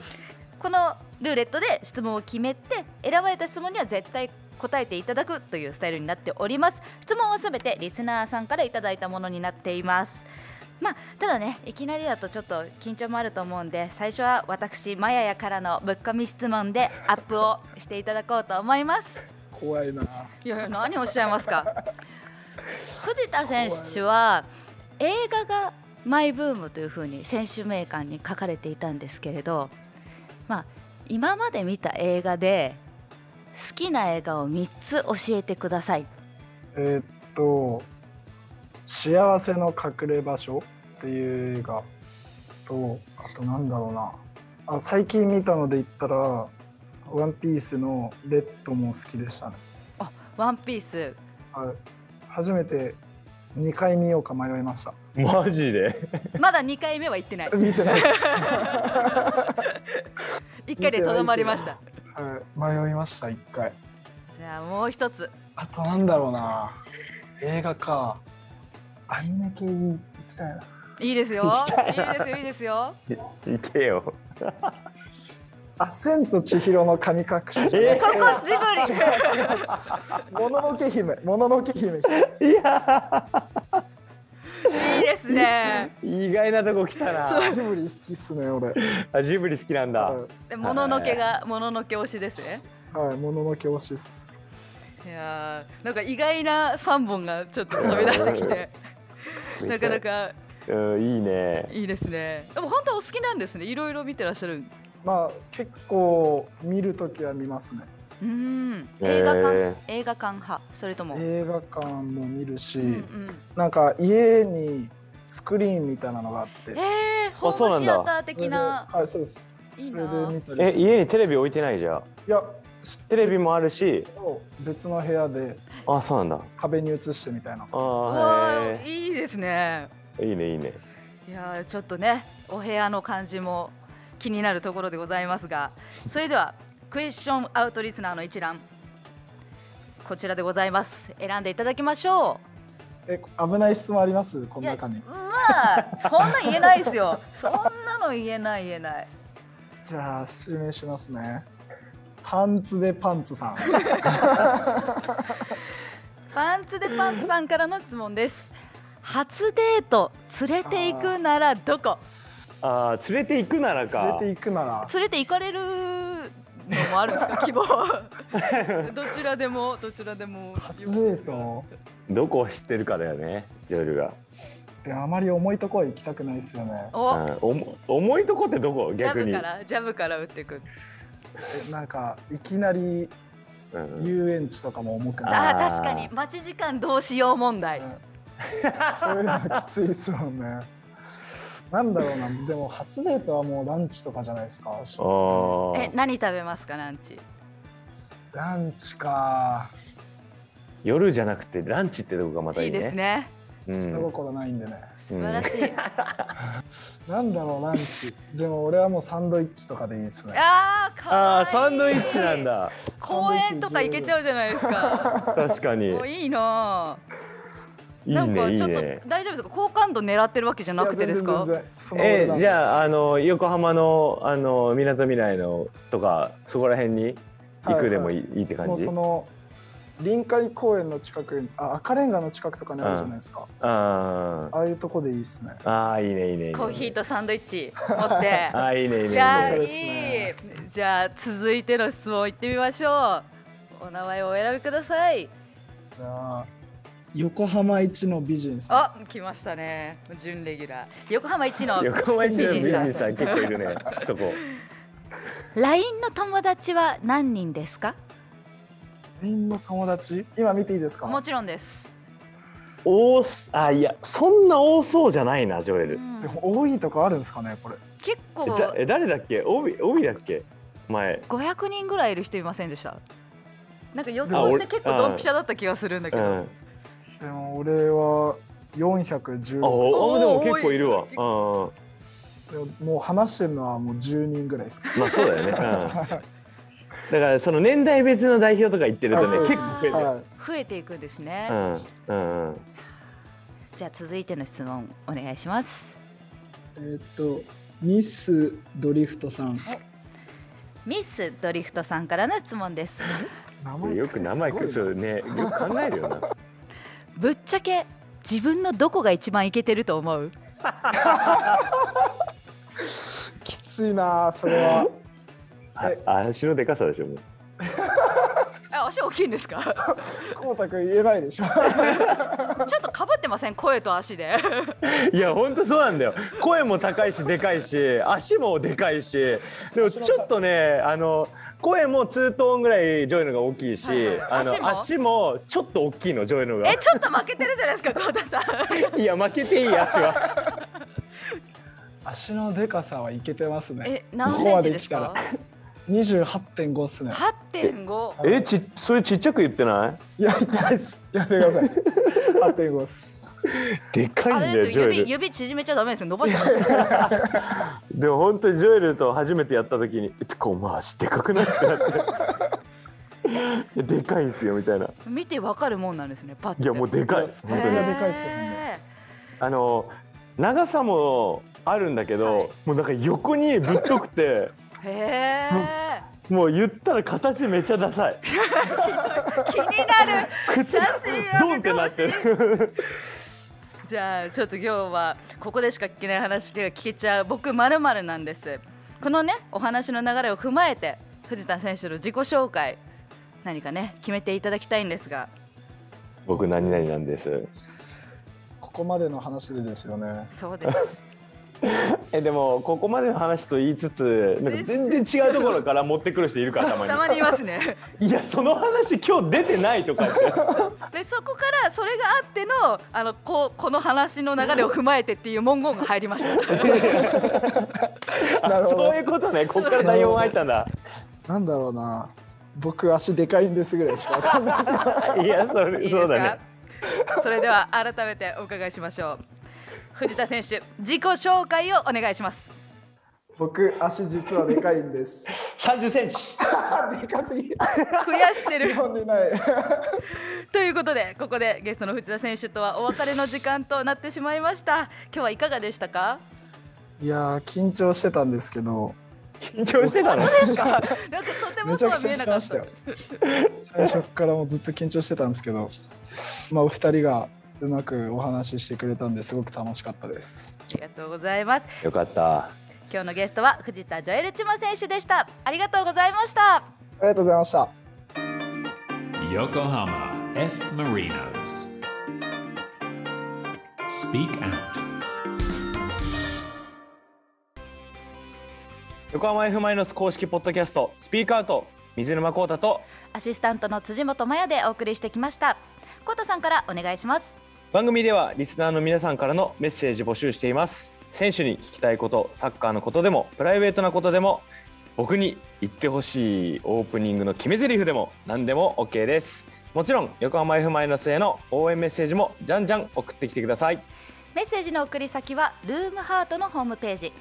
[SPEAKER 3] このルーレットで質問を決めて選ばれた質問には絶対答えていただくというスタイルになっております質問はすべてリスナーさんからいただいたものになっていますまあただねいきなりだとちょっと緊張もあると思うんで最初は私マヤヤからのぶっ込み質問でアップをしていただこうと思います
[SPEAKER 4] 怖いな。
[SPEAKER 3] いやいや何をおっしゃいますか藤田選手は映画がマイブームというふうに選手名鑑に書かれていたんですけれど、まあ、今まで見た映画で好きな映画を3つ教えてください
[SPEAKER 4] えーっと「幸せの隠れ場所」っていう映画とあとなんだろうなあ最近見たので言ったら「ワンピースの「レッド」も好きでしたね、
[SPEAKER 3] 「ワンピース
[SPEAKER 4] はい、初めて2回見ようか迷いました
[SPEAKER 2] マジで
[SPEAKER 3] まだ2回目は行ってない
[SPEAKER 4] 見てないです、
[SPEAKER 3] 1回でとどまりました
[SPEAKER 4] はい、迷いました1回
[SPEAKER 3] じゃあもう一つ
[SPEAKER 4] あとなんだろうな映画かアニメ系行きたいない
[SPEAKER 3] いですよいいですよいいで
[SPEAKER 2] い
[SPEAKER 3] すよ
[SPEAKER 2] けよ
[SPEAKER 4] あ千と千尋の神隠し」
[SPEAKER 2] え
[SPEAKER 3] そこジブリ
[SPEAKER 4] もののけ姫、もののけ姫。
[SPEAKER 2] いや
[SPEAKER 3] いいですね。
[SPEAKER 5] 意外なとこ来たな
[SPEAKER 4] ジブリ好きっすね俺
[SPEAKER 2] あジブリ好きなんだ。
[SPEAKER 4] は
[SPEAKER 3] でもののけがもののけ推しですね。
[SPEAKER 4] いはいもののけ推しっす
[SPEAKER 3] いやーなんか意外な三本がちょっと飛び出してき てなかなか
[SPEAKER 2] うんいいね。
[SPEAKER 3] いいですね。でも本当お好きなんですね。いろいろ見てらっしゃる。
[SPEAKER 4] まあ結構見るときは見ますね
[SPEAKER 3] うーん。
[SPEAKER 2] えー
[SPEAKER 3] 映画館、映画館派それとも。
[SPEAKER 4] 映画館も見るし、
[SPEAKER 3] うんうん。
[SPEAKER 4] なんか家にスクリーンみたいなのがあって
[SPEAKER 3] えー、ホ
[SPEAKER 2] そうなん
[SPEAKER 3] ームシ
[SPEAKER 2] だ
[SPEAKER 3] アター的な
[SPEAKER 4] それ。ではいそうです
[SPEAKER 3] いい
[SPEAKER 4] それ
[SPEAKER 3] な
[SPEAKER 4] で見たり
[SPEAKER 2] え
[SPEAKER 4] してい
[SPEAKER 2] 家にテレビ置いてないじゃん。
[SPEAKER 4] や
[SPEAKER 2] テレビもあるし。
[SPEAKER 4] 別の部屋で
[SPEAKER 2] あそうなんだ。
[SPEAKER 4] 壁に移してみたいな
[SPEAKER 2] あ
[SPEAKER 3] う
[SPEAKER 2] あ
[SPEAKER 3] わ
[SPEAKER 2] へ
[SPEAKER 3] ーいいですね。
[SPEAKER 2] えいいねいいね。
[SPEAKER 3] いやーちょっとねお部屋の感じも気になるところでございますがそれではクエスチョンアウトリスナーの一覧こちらでございます選んでいただきましょ
[SPEAKER 4] え危ない質問あります
[SPEAKER 3] う
[SPEAKER 4] こ
[SPEAKER 3] い
[SPEAKER 4] の
[SPEAKER 3] や
[SPEAKER 4] 中に
[SPEAKER 3] まあそんな言えないですよそんなの言えない言えない
[SPEAKER 4] じゃあ指名しますねパンツでパンツさん
[SPEAKER 3] パンツでパンツさんからの質問です初デート連れて行くならどこ
[SPEAKER 2] ああ連れて行くならか。
[SPEAKER 4] 連れて行くなら
[SPEAKER 3] 連れて行かれるのもあるんですか 希望どちらでもどちらでも
[SPEAKER 4] 初デート
[SPEAKER 2] どこを知ってるかだよねジョルが。
[SPEAKER 4] であまり重いとこは行きたくないですよね
[SPEAKER 3] お、
[SPEAKER 2] うんおも重いとこってどこ
[SPEAKER 3] ジャ
[SPEAKER 2] 逆
[SPEAKER 3] ブ
[SPEAKER 2] に
[SPEAKER 3] か。らジャブから打っていく。
[SPEAKER 4] えなんかいきなり
[SPEAKER 2] うん
[SPEAKER 4] 遊園地とかも重くない
[SPEAKER 3] あ
[SPEAKER 2] あー
[SPEAKER 3] あ確かに待ち時間どうしよう問題。
[SPEAKER 4] そういうのはきついですもんねなんだろうなでも初デートはもうランチとかじゃないですか
[SPEAKER 2] あー
[SPEAKER 3] え何食べますかランチ。
[SPEAKER 4] ランチか
[SPEAKER 2] 夜じゃなくてランチってとこがまた
[SPEAKER 3] い
[SPEAKER 2] い
[SPEAKER 3] い
[SPEAKER 2] いね。
[SPEAKER 3] ですね。
[SPEAKER 2] うん
[SPEAKER 4] 下心ないんでね、
[SPEAKER 3] 素晴らしい。
[SPEAKER 4] なんだろうランチでも俺はもうサンドイッチとかでいいですね
[SPEAKER 3] ああかわ
[SPEAKER 2] あ
[SPEAKER 3] い
[SPEAKER 2] あ
[SPEAKER 3] い。
[SPEAKER 2] サンドイッチなん。だ。
[SPEAKER 3] 公園とか行けちゃうじゃないですか。
[SPEAKER 2] 確かに。
[SPEAKER 3] もういいなあ。
[SPEAKER 2] いい
[SPEAKER 3] なんか
[SPEAKER 2] ねいい
[SPEAKER 3] ちょっと
[SPEAKER 2] ね。
[SPEAKER 3] 大丈夫ですか好感度狙ってるわけじゃなくてですか
[SPEAKER 4] い。や全然全然その俺
[SPEAKER 2] え
[SPEAKER 4] なんで
[SPEAKER 2] じゃああの横浜のあの港未来のとかそこら辺に行くでもいい,、いいって
[SPEAKER 4] も
[SPEAKER 2] 感
[SPEAKER 4] う
[SPEAKER 2] じ
[SPEAKER 4] そ。の臨海公園の近くあ赤レンガの近くとかにあるじゃないですか、
[SPEAKER 2] あ
[SPEAKER 4] ああいうとこでいいですね
[SPEAKER 2] ーあーいいねいいねいいね。
[SPEAKER 3] コーヒーとサンドイッチ持って。
[SPEAKER 2] あーいいねいいねいい
[SPEAKER 3] い
[SPEAKER 2] ね。
[SPEAKER 3] や
[SPEAKER 4] そ
[SPEAKER 3] ー
[SPEAKER 4] う
[SPEAKER 3] い
[SPEAKER 4] で
[SPEAKER 3] い、
[SPEAKER 4] すね
[SPEAKER 3] じゃあ続いての質問いってみましょうお名前をお選びください
[SPEAKER 4] じゃあ横浜一の美人さん
[SPEAKER 3] あ来ましたね準レギュラー横浜一の
[SPEAKER 2] 横浜市の美人
[SPEAKER 3] さ
[SPEAKER 2] さん結構いるねそこ。
[SPEAKER 3] ん LINE の友達は何人ですか
[SPEAKER 4] LINE の友達今見ていいですか
[SPEAKER 3] もちろんです、
[SPEAKER 2] 多すあいやそんな多そうじゃないなジョエル。
[SPEAKER 4] でも多いとかあるんですかねこれ
[SPEAKER 3] 結
[SPEAKER 2] え
[SPEAKER 3] 構
[SPEAKER 2] だえ誰だっけ帯帯だっけ前。
[SPEAKER 3] 500人ぐらいいる人いませんでしたなんか予
[SPEAKER 2] あ
[SPEAKER 3] 想し
[SPEAKER 2] 俺
[SPEAKER 3] て結構ドンピシャだった気がするんだけ
[SPEAKER 2] う
[SPEAKER 3] ど、
[SPEAKER 2] ん。
[SPEAKER 4] でも俺は410
[SPEAKER 2] あおあでも
[SPEAKER 3] おー
[SPEAKER 2] 結構いるわ。
[SPEAKER 3] 多い
[SPEAKER 2] うんうん。
[SPEAKER 4] でももう話してるのはもう10人ぐらい ですか
[SPEAKER 2] まあそうだよね。うん、だからその年代別の代表とか言ってると
[SPEAKER 4] あそ
[SPEAKER 2] ね
[SPEAKER 4] うで
[SPEAKER 2] 結
[SPEAKER 4] す
[SPEAKER 2] 構増えてる。
[SPEAKER 4] は
[SPEAKER 3] 増えていくんですね、
[SPEAKER 2] うんうんうん。
[SPEAKER 3] じゃあ続いての質問お願いします
[SPEAKER 4] いえーっとミスドリフトさん
[SPEAKER 3] ミスドリフトさんからの質問です
[SPEAKER 4] 名
[SPEAKER 2] これよく名前く
[SPEAKER 4] すご
[SPEAKER 2] そ
[SPEAKER 4] い
[SPEAKER 2] うねよく考えるよ な
[SPEAKER 3] ぶっちゃけ自分のどこが一番イケてると思う
[SPEAKER 4] なきついなそれ はえ
[SPEAKER 2] あ足のでかさでしょもう
[SPEAKER 3] あ足大きいん ですか
[SPEAKER 4] こうたくん言えないでしょ
[SPEAKER 3] ちょっとかぶってません声と足で
[SPEAKER 2] いやほんとそうなんだよ声も高いしでかいし足もでかいしでもちょっとねあの声もツートーンぐらいジョイのが大きいし
[SPEAKER 3] はいはい
[SPEAKER 2] あの
[SPEAKER 3] 足も
[SPEAKER 2] 足もちょっと大きいのジョイのが
[SPEAKER 3] えちょっと負けてるじゃない ですか浩太さん
[SPEAKER 2] いや負けていい足は
[SPEAKER 4] 足のでかさはいけてますね
[SPEAKER 3] え何センチです
[SPEAKER 4] ここ
[SPEAKER 3] か
[SPEAKER 4] ま28.5っすね
[SPEAKER 3] 8.5
[SPEAKER 2] えちそれちっちゃく言ってない
[SPEAKER 4] や、痛いっす。やめてください。8.5っす。
[SPEAKER 2] いでかい
[SPEAKER 3] あ
[SPEAKER 2] んだ
[SPEAKER 3] れ
[SPEAKER 2] よジ
[SPEAKER 3] です
[SPEAKER 2] ョ
[SPEAKER 3] よ
[SPEAKER 2] エ
[SPEAKER 3] 指
[SPEAKER 2] ル
[SPEAKER 3] 指縮めちゃダメですよ伸ばしちゃダメですよ
[SPEAKER 2] でも本当にジョエルと初めてやった時に「えこうまあ足でかくなってなって でかいんすよ」みたいな
[SPEAKER 3] 見てわかるもんなんですねパッて
[SPEAKER 2] いやもうでかい
[SPEAKER 4] いや
[SPEAKER 2] 本当に
[SPEAKER 4] へー。でかいっすよね
[SPEAKER 2] あの長さもあるんだけど、
[SPEAKER 3] はい
[SPEAKER 2] もうなんか横にぶっとくて
[SPEAKER 3] へえ
[SPEAKER 2] もう言ったら形めちゃダサい
[SPEAKER 3] 気になる
[SPEAKER 2] 口
[SPEAKER 3] 写
[SPEAKER 2] が
[SPEAKER 3] 真
[SPEAKER 2] ドンってなってる
[SPEAKER 3] じゃあちょっと今日はここでしか聞けない話が聞けちゃう僕まるなんですこのねお話の流れを踏まえて藤田選手の自己紹介何かね決めていただきたいんですが
[SPEAKER 2] 僕何々なんです
[SPEAKER 4] ここまでの話でですよね
[SPEAKER 3] そうです
[SPEAKER 2] えでもここまでの話と言いつつなんか全然違うところから持ってくる人いるからたまに
[SPEAKER 3] たまにいますね
[SPEAKER 2] いやその話今日出てないとかって
[SPEAKER 3] でそこからそれがあってのあのこうこの話の流れを踏まえてっていう文言が入りま した
[SPEAKER 4] なるほど
[SPEAKER 2] そういうことねこっから内容が入ったんだ
[SPEAKER 4] なんだろうな僕足でかいんですぐらいしかわかんないです
[SPEAKER 2] いやそ
[SPEAKER 3] い
[SPEAKER 2] れ
[SPEAKER 3] いで
[SPEAKER 2] そ
[SPEAKER 3] す
[SPEAKER 2] うだね
[SPEAKER 3] かそれでは改めてお伺いしましょう藤田選手自己紹介をお願いします
[SPEAKER 4] 僕足実はでかいんです
[SPEAKER 5] 30センチ
[SPEAKER 4] でかすぎ
[SPEAKER 3] 増やしてる
[SPEAKER 4] 日本にない
[SPEAKER 3] ということでここでゲストの藤田選手とはお別れの時間となってしまいました今日はいかがでしたか
[SPEAKER 4] いやー緊張してたんですけど
[SPEAKER 2] 緊張してたの
[SPEAKER 3] なんかとても
[SPEAKER 4] めち
[SPEAKER 3] そう
[SPEAKER 4] ゃ
[SPEAKER 3] は
[SPEAKER 4] くち
[SPEAKER 3] 見
[SPEAKER 4] ゃ
[SPEAKER 3] えな
[SPEAKER 4] して
[SPEAKER 3] か
[SPEAKER 4] ま
[SPEAKER 3] っ
[SPEAKER 4] した
[SPEAKER 3] た
[SPEAKER 4] よ最初からもうずっと緊張してたんですけどまあお二人がうまくお話ししてくれたんですごく楽しかったです
[SPEAKER 3] ありがとうございます
[SPEAKER 2] よかった
[SPEAKER 3] 今日のゲストは藤田ジョエルチマ選手でしたありがとうございました
[SPEAKER 4] ありがとうございました
[SPEAKER 1] Yokohama F. Marinos. Speak Out.
[SPEAKER 2] 横浜 F ・マイノス公式ポッドキャストスピークアウト水沼宏太と
[SPEAKER 3] アシスタントの辻本麻也でお送りしてきましたコウタさんからお願いします
[SPEAKER 2] 番組ではリスナーの皆さんからのメッセージ募集しています選手に聞きたいことサッカーのことでもプライベートなことでも僕に言ってほしいオープニングの決め台詞でも何でも OK ですもちろん横浜 F ・マイノスへの応援メッセージもじゃんじゃん送ってきてください
[SPEAKER 3] メッセージの送り先はルームハートのホームページ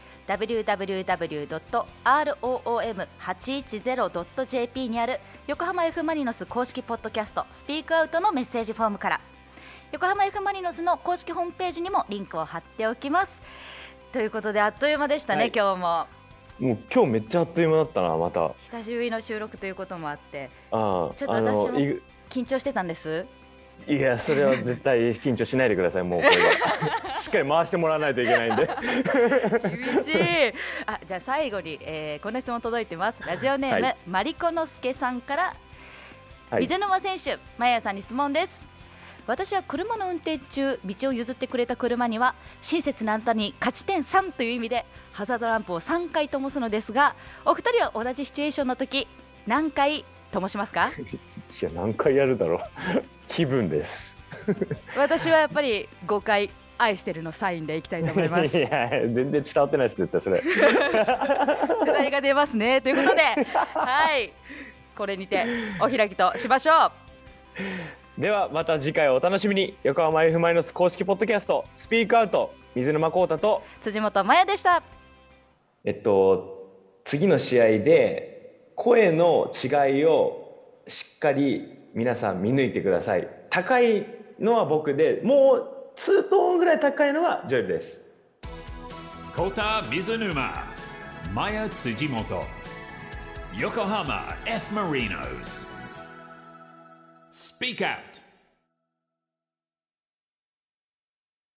[SPEAKER 3] www.room810.jp にある横浜 F ・マリノス公式ポッドキャスト「スピークアウト」のメッセージフォームから横浜 F ・マリノスの公式ホームページにもリンクを貼っておきます。ということであっという間でしたね、
[SPEAKER 2] はい
[SPEAKER 3] 今日も
[SPEAKER 2] もう今日めっちゃあっという間だったなまたあ
[SPEAKER 3] 久しぶりの収録ということもあって
[SPEAKER 2] あ
[SPEAKER 3] ちょっと
[SPEAKER 2] あ
[SPEAKER 3] 私も
[SPEAKER 2] のい
[SPEAKER 3] 緊張してたんです
[SPEAKER 2] いやそれは絶対緊張しないでくださいもうこれ はしっかり回してもらわないといけないんで
[SPEAKER 3] 厳しい。あ、じゃあ最後に、えー、この質問届いてます。ラジオネーム、
[SPEAKER 2] はい
[SPEAKER 3] マリコのすけさんから、
[SPEAKER 2] はい
[SPEAKER 3] 水沼選手、マヤさんに質問です。私は車の運転中、道を譲ってくれた車には親切なあんたに勝ち点3という意味でハザードランプを3回灯すのですが、お二人は同じシチュエーションの時何回灯しま すか？
[SPEAKER 2] いや何回やるだろう気分です
[SPEAKER 3] 私はやっぱり5回愛してるのサインでいきたいと思います
[SPEAKER 2] い。や全然伝わってないです絶対それ
[SPEAKER 3] 世代が出ますねということではいこれにてお開きとしましょう
[SPEAKER 2] ではまた次回をお楽しみに横浜 F ・マイノス公式ポッドキャストスピークアウト水沼宏太と
[SPEAKER 3] 辻本麻也でした
[SPEAKER 2] えっと次の試合で声の違いをしっかり皆さん見抜いてください高いのは僕でもう2トーンぐらい高いのはジョエルです
[SPEAKER 1] Kota Mizunuma, Maya Tsujimoto, Yokohama F. Marinos. Speak Out.